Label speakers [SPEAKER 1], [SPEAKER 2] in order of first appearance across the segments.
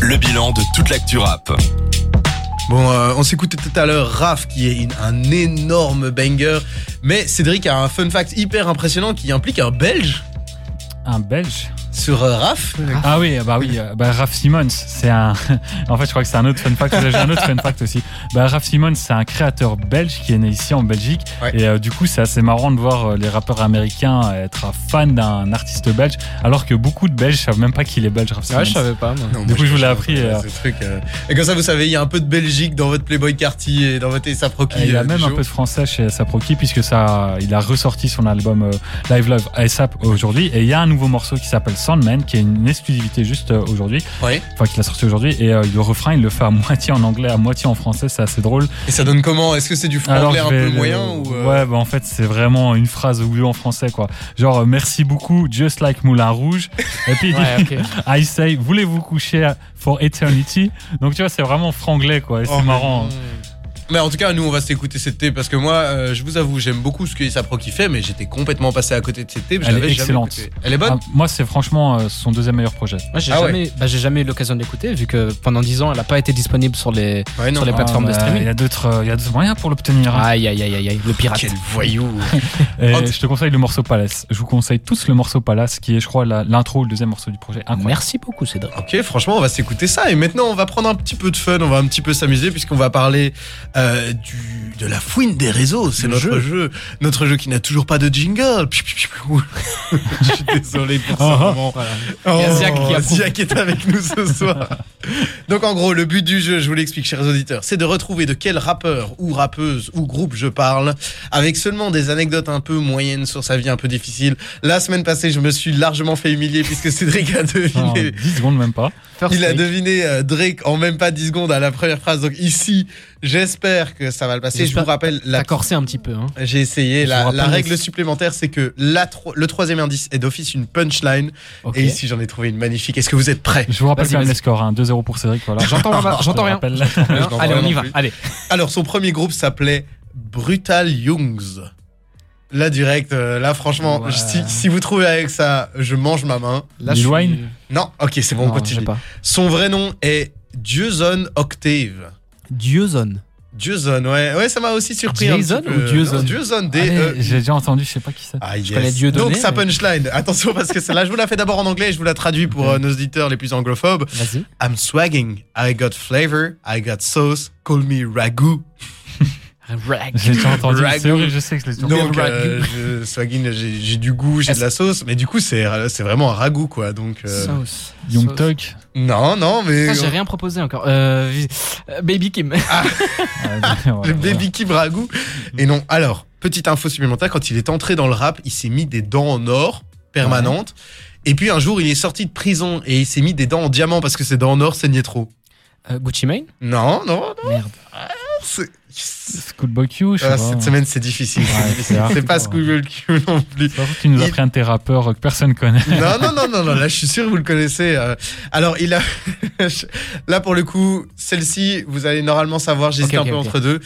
[SPEAKER 1] le bilan de toute l'actu rap.
[SPEAKER 2] Bon, euh, on s'écoutait tout à l'heure Raph qui est une- un énorme banger, mais Cédric a un fun fact hyper impressionnant qui implique un Belge
[SPEAKER 3] Un Belge
[SPEAKER 2] sur euh, Raph.
[SPEAKER 3] Ah oui, bah oui, euh, bah Raph Simons, c'est un. en fait, je crois que c'est un autre fun fact. J'ai un autre fun fact aussi. Bah Raph Simons, c'est un créateur belge qui est né ici en Belgique.
[SPEAKER 2] Ouais.
[SPEAKER 3] Et euh, du coup, c'est assez marrant de voir euh, les rappeurs américains être euh, fans d'un artiste belge, alors que beaucoup de Belges savent même pas qu'il est belge. Raph Simons.
[SPEAKER 4] Ouais, je savais pas. moi.
[SPEAKER 2] Non,
[SPEAKER 3] Du
[SPEAKER 2] moi,
[SPEAKER 3] coup, je vous l'ai appris. euh,
[SPEAKER 2] ce truc, euh, Et comme ça, vous savez, il y a un peu de Belgique dans votre Playboy Cartier et dans votre Essa Pro qui,
[SPEAKER 3] Et il
[SPEAKER 2] euh,
[SPEAKER 3] a
[SPEAKER 2] du
[SPEAKER 3] même un
[SPEAKER 2] jour.
[SPEAKER 3] peu de français chez Saproki puisque ça, il a ressorti son album euh, Live Love ASAP aujourd'hui et il y a un nouveau morceau qui s'appelle Sandman qui est une exclusivité juste euh, aujourd'hui,
[SPEAKER 2] Ouais.
[SPEAKER 3] enfin qu'il a sorti aujourd'hui et euh, le refrain il le fait à moitié en anglais, à moitié en français, c'est assez drôle.
[SPEAKER 2] Et ça donne comment Est-ce que c'est du franglais
[SPEAKER 3] je
[SPEAKER 2] un
[SPEAKER 3] vais
[SPEAKER 2] peu
[SPEAKER 3] le-
[SPEAKER 2] moyen ou euh,
[SPEAKER 3] Ouais, bah en fait c'est vraiment une phrase ou deux en français quoi. Genre euh, merci beaucoup, just like Moulin Rouge. Et puis il dit,
[SPEAKER 4] Ouais, ok.
[SPEAKER 3] I say voulez-vous coucher for eternity. Donc tu vois c'est vraiment franglais quoi, et c'est
[SPEAKER 2] Oh, mais
[SPEAKER 3] marrant.
[SPEAKER 2] Mais en tout cas, nous, on va s'écouter cette tape parce que moi, euh, je vous avoue, j'aime beaucoup ce que Issa Pro qui fait, mais j'étais complètement passé à côté de cette tape. je
[SPEAKER 3] Elle est
[SPEAKER 2] l'avais jamais
[SPEAKER 3] excellente.
[SPEAKER 2] écoutée. Elle est bonne
[SPEAKER 3] Ah, moi c'est franchement euh, son deuxième meilleur projet.
[SPEAKER 4] Moi, j'ai
[SPEAKER 2] Ah ouais.
[SPEAKER 4] jamais, bah, j'ai jamais eu l'occasion de l'écouter, vu que pendant 10 ans, elle n'a pas été disponible sur les.
[SPEAKER 2] Ouais, non.
[SPEAKER 4] sur les
[SPEAKER 3] Ah,
[SPEAKER 4] plateformes de
[SPEAKER 3] bah,
[SPEAKER 4] streaming. Ah.
[SPEAKER 3] Il y a d'autres, euh, il y a d'autres moyens pour l'obtenir. hein.
[SPEAKER 4] Aïe, aïe, aïe, aïe, aïe, le pirate.
[SPEAKER 2] Quel voyou
[SPEAKER 3] Et
[SPEAKER 2] Oh, t-
[SPEAKER 3] je te conseille le morceau Palace. Je vous conseille tous le morceau Palace, qui est, je crois, la- l'intro ou le deuxième morceau du projet. Incroyable.
[SPEAKER 4] Merci beaucoup, Cédric.
[SPEAKER 2] Ok, franchement, on va s'écouter ça. Et maintenant, on va prendre un petit peu de fun, on va un petit peu s'amuser, puisqu'on va parler euh, du, de la fouine des réseaux. C'est
[SPEAKER 4] Le
[SPEAKER 2] notre jeu. Notre jeu qui n'a toujours pas de jingle. Je suis désolé pour ça.
[SPEAKER 3] Ah, ah.
[SPEAKER 2] vraiment.
[SPEAKER 4] Uh-huh. Il y a Ziak qui approuve.
[SPEAKER 2] Ziak est avec nous ce soir. Donc, en gros, le but du jeu, je vous l'explique, chers auditeurs, c'est de retrouver de quel rappeur ou rappeuse ou groupe je parle, avec seulement des anecdotes un peu moyennes sur sa vie un peu difficile. La semaine passée, je me suis largement fait humilier, puisque Cédric
[SPEAKER 4] Ah,
[SPEAKER 2] a
[SPEAKER 3] En
[SPEAKER 2] deviné
[SPEAKER 3] 10 secondes, même pas.
[SPEAKER 4] First
[SPEAKER 2] il a
[SPEAKER 4] take.
[SPEAKER 2] deviné euh, Drake en même pas 10 secondes à la première phrase. Donc ici, j'espère que ça va le passer. Je
[SPEAKER 4] J'espère-
[SPEAKER 2] vous rappelle, la...
[SPEAKER 4] T'as corsé un petit peu. Hein.
[SPEAKER 2] j'ai essayé.
[SPEAKER 4] Je vous
[SPEAKER 2] La,
[SPEAKER 4] rappelle
[SPEAKER 2] la
[SPEAKER 4] le-
[SPEAKER 2] règle supplémentaire, c'est que la tro- le troisième indice est d'office une punchline.
[SPEAKER 4] Ok.
[SPEAKER 2] Et ici, j'en ai trouvé une magnifique. Est-ce que vous êtes prêts
[SPEAKER 3] Je vous rappelle
[SPEAKER 4] Vas-y,
[SPEAKER 3] quand même
[SPEAKER 4] vas-y.
[SPEAKER 3] les scores. hein. 2-0 pour Cédric. Voilà.
[SPEAKER 4] J'entends pas-
[SPEAKER 3] Je
[SPEAKER 4] j'entends
[SPEAKER 3] te
[SPEAKER 4] rien.
[SPEAKER 3] rappelle.
[SPEAKER 2] Je n'en
[SPEAKER 4] Allez,
[SPEAKER 2] vois
[SPEAKER 4] on y
[SPEAKER 2] non
[SPEAKER 4] va.
[SPEAKER 2] plus.
[SPEAKER 4] Allez.
[SPEAKER 2] Alors, son premier groupe s'appelait Brutal Youngs. Là, direct, euh, là, franchement,
[SPEAKER 4] Ouais.
[SPEAKER 2] si, si vous trouvez avec ça, je mange ma main.
[SPEAKER 3] Lil
[SPEAKER 4] Là, je suis-
[SPEAKER 3] Wayne
[SPEAKER 2] Non, ok, c'est bon, on
[SPEAKER 4] Non, je sais
[SPEAKER 2] continue.
[SPEAKER 4] pas.
[SPEAKER 2] Son vrai nom est Dieuson Octave.
[SPEAKER 4] Dieuson.
[SPEAKER 2] Dieuson, ouais. Ouais, ça m'a aussi surpris.
[SPEAKER 4] Jason
[SPEAKER 2] un petit peu.
[SPEAKER 4] ou Dieuson
[SPEAKER 2] Non, Dieuson, d
[SPEAKER 3] Allez,
[SPEAKER 2] e
[SPEAKER 3] J'ai déjà entendu, je sais pas qui c'est.
[SPEAKER 2] Ah, yes.
[SPEAKER 4] connais Dieudonné,
[SPEAKER 2] Donc, sa
[SPEAKER 4] mais-
[SPEAKER 2] punchline. Attention, parce que celle-là, je vous la fais d'abord en anglais et je vous la traduis pour euh, nos auditeurs les plus anglophobes.
[SPEAKER 4] Vas-y.
[SPEAKER 2] I'm swagging. I got flavor. I got sauce. Call me ragu.
[SPEAKER 4] Rag.
[SPEAKER 3] J'ai déjà entendu. mais C'est
[SPEAKER 2] Ragu.
[SPEAKER 3] horrible, je sais que je l'ai déjà
[SPEAKER 2] Donc,
[SPEAKER 3] entendu.
[SPEAKER 2] euh, je, swagging, j'ai j'ai du goût, j'ai de la sauce. Mais du coup, c'est c'est vraiment un ragoût, quoi. Donc, euh,
[SPEAKER 4] Sauce.
[SPEAKER 3] Young
[SPEAKER 4] Sauce.
[SPEAKER 3] Tug.
[SPEAKER 2] non, non, mais.
[SPEAKER 4] Ça, j'ai rien proposé encore. Euh, vi- euh, Baby Kim.
[SPEAKER 3] Euh, voilà,
[SPEAKER 2] Le
[SPEAKER 3] voilà.
[SPEAKER 2] baby qui bragou. Et non, alors, petite info supplémentaire, quand il est entré dans le rap, il s'est mis des dents en or permanentes. Et puis un jour, il est sorti de prison et il s'est mis des dents en diamant parce que ses dents en or saignaient trop.
[SPEAKER 4] Euh, Gucci Mane.
[SPEAKER 2] Non, non, non. Ah,
[SPEAKER 4] Merde.
[SPEAKER 2] c'est-
[SPEAKER 3] Schoolboy Q, je sais
[SPEAKER 2] Ah,
[SPEAKER 3] pas.
[SPEAKER 2] cette semaine, c'est difficile. c'est
[SPEAKER 3] Ouais, c'est
[SPEAKER 2] difficile.
[SPEAKER 3] hard,
[SPEAKER 2] c'est pas
[SPEAKER 3] quoi.
[SPEAKER 2] Schoolgirl Q non plus.
[SPEAKER 3] C'est pas fou que tu nous as
[SPEAKER 2] Il-
[SPEAKER 3] pris un de tes rappeurs euh, que personne connaît.
[SPEAKER 2] Non, non, non, non, non, là, je suis sûr que vous le connaissez. euh. Alors, il a. là, pour le coup, celle-ci, vous allez normalement savoir, j'hésite
[SPEAKER 4] Ok,
[SPEAKER 2] un
[SPEAKER 4] ok,
[SPEAKER 2] peu
[SPEAKER 4] ok.
[SPEAKER 2] entre deux.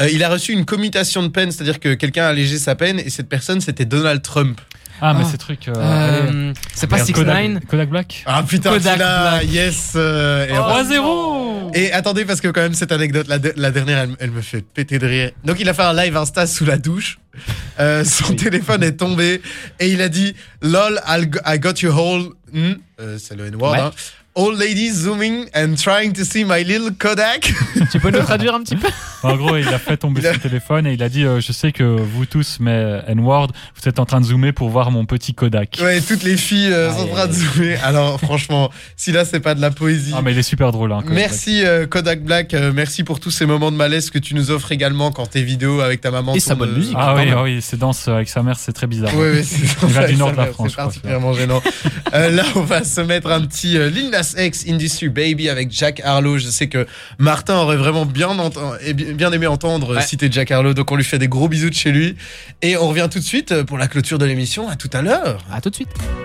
[SPEAKER 2] Euh, il a reçu une commutation de peine, c'est-à-dire que quelqu'un a allégé sa peine et cette personne, c'était Donald Trump.
[SPEAKER 3] Ah, mais
[SPEAKER 4] Ah.
[SPEAKER 3] ces trucs. euh, allez.
[SPEAKER 4] Euh, C'est pas
[SPEAKER 3] Merde,
[SPEAKER 4] 6
[SPEAKER 3] Kodak-
[SPEAKER 4] 9
[SPEAKER 3] Kodak Black
[SPEAKER 2] Ah putain,
[SPEAKER 4] Kodak
[SPEAKER 2] tu l'as,
[SPEAKER 4] Black.
[SPEAKER 2] yes. euh,
[SPEAKER 4] Oh,
[SPEAKER 2] et,
[SPEAKER 4] 3-0
[SPEAKER 2] et attendez, parce que quand même, cette anecdote, la, de- la dernière, elle, elle me fait péter de rire. Donc, il a fait un live Insta sous la douche. Euh, son
[SPEAKER 4] Oui.
[SPEAKER 2] téléphone est tombé et il a dit Lol, I'll go- I got you whole. hmm, euh, C'est le N-word.
[SPEAKER 4] Ouais.
[SPEAKER 2] hein. Old lady zooming and trying to see my little Kodak.
[SPEAKER 4] Tu peux nous traduire un petit peu
[SPEAKER 3] En gros, il a fait tomber
[SPEAKER 2] Il a-
[SPEAKER 3] son téléphone et il a dit euh, Je sais que vous tous, mais euh, N-Word, vous êtes en train de zoomer pour voir mon petit Kodak.
[SPEAKER 2] Ouais, toutes les filles euh, sont en
[SPEAKER 4] Aïe,
[SPEAKER 2] train de
[SPEAKER 4] aïe,
[SPEAKER 2] zoomer. Alors, franchement, si là, c'est pas de la poésie.
[SPEAKER 3] Ah, mais il est super drôle. Hein, Kodak.
[SPEAKER 2] Merci euh, Kodak Black, euh, merci pour tous ces moments de malaise que tu nous offres également quand tes vidéos avec ta maman
[SPEAKER 4] Et sa
[SPEAKER 2] tournent,
[SPEAKER 4] bonne
[SPEAKER 2] euh,
[SPEAKER 4] musique.
[SPEAKER 3] Ah
[SPEAKER 4] Quand
[SPEAKER 3] oui,
[SPEAKER 4] même.
[SPEAKER 3] ah oui, ses danses avec sa mère, c'est très bizarre.
[SPEAKER 2] Ouais, ouais, c'est
[SPEAKER 3] Il va
[SPEAKER 2] ça,
[SPEAKER 3] du nord de la
[SPEAKER 2] ça,
[SPEAKER 3] France,
[SPEAKER 2] C'est
[SPEAKER 3] je crois,
[SPEAKER 2] particulièrement gênant. Euh, là, on va se mettre un petit euh, Lil Nas X Industry Baby avec Jack Harlow. Je sais que Martin aurait vraiment bien, enten- et bi- bien aimé entendre euh,
[SPEAKER 4] Ouais.
[SPEAKER 2] citer Jack Harlow, donc on lui fait des gros bisous de chez lui. Et on revient tout de suite euh, pour la clôture de l'émission. À tout à l'heure.
[SPEAKER 4] À tout de suite.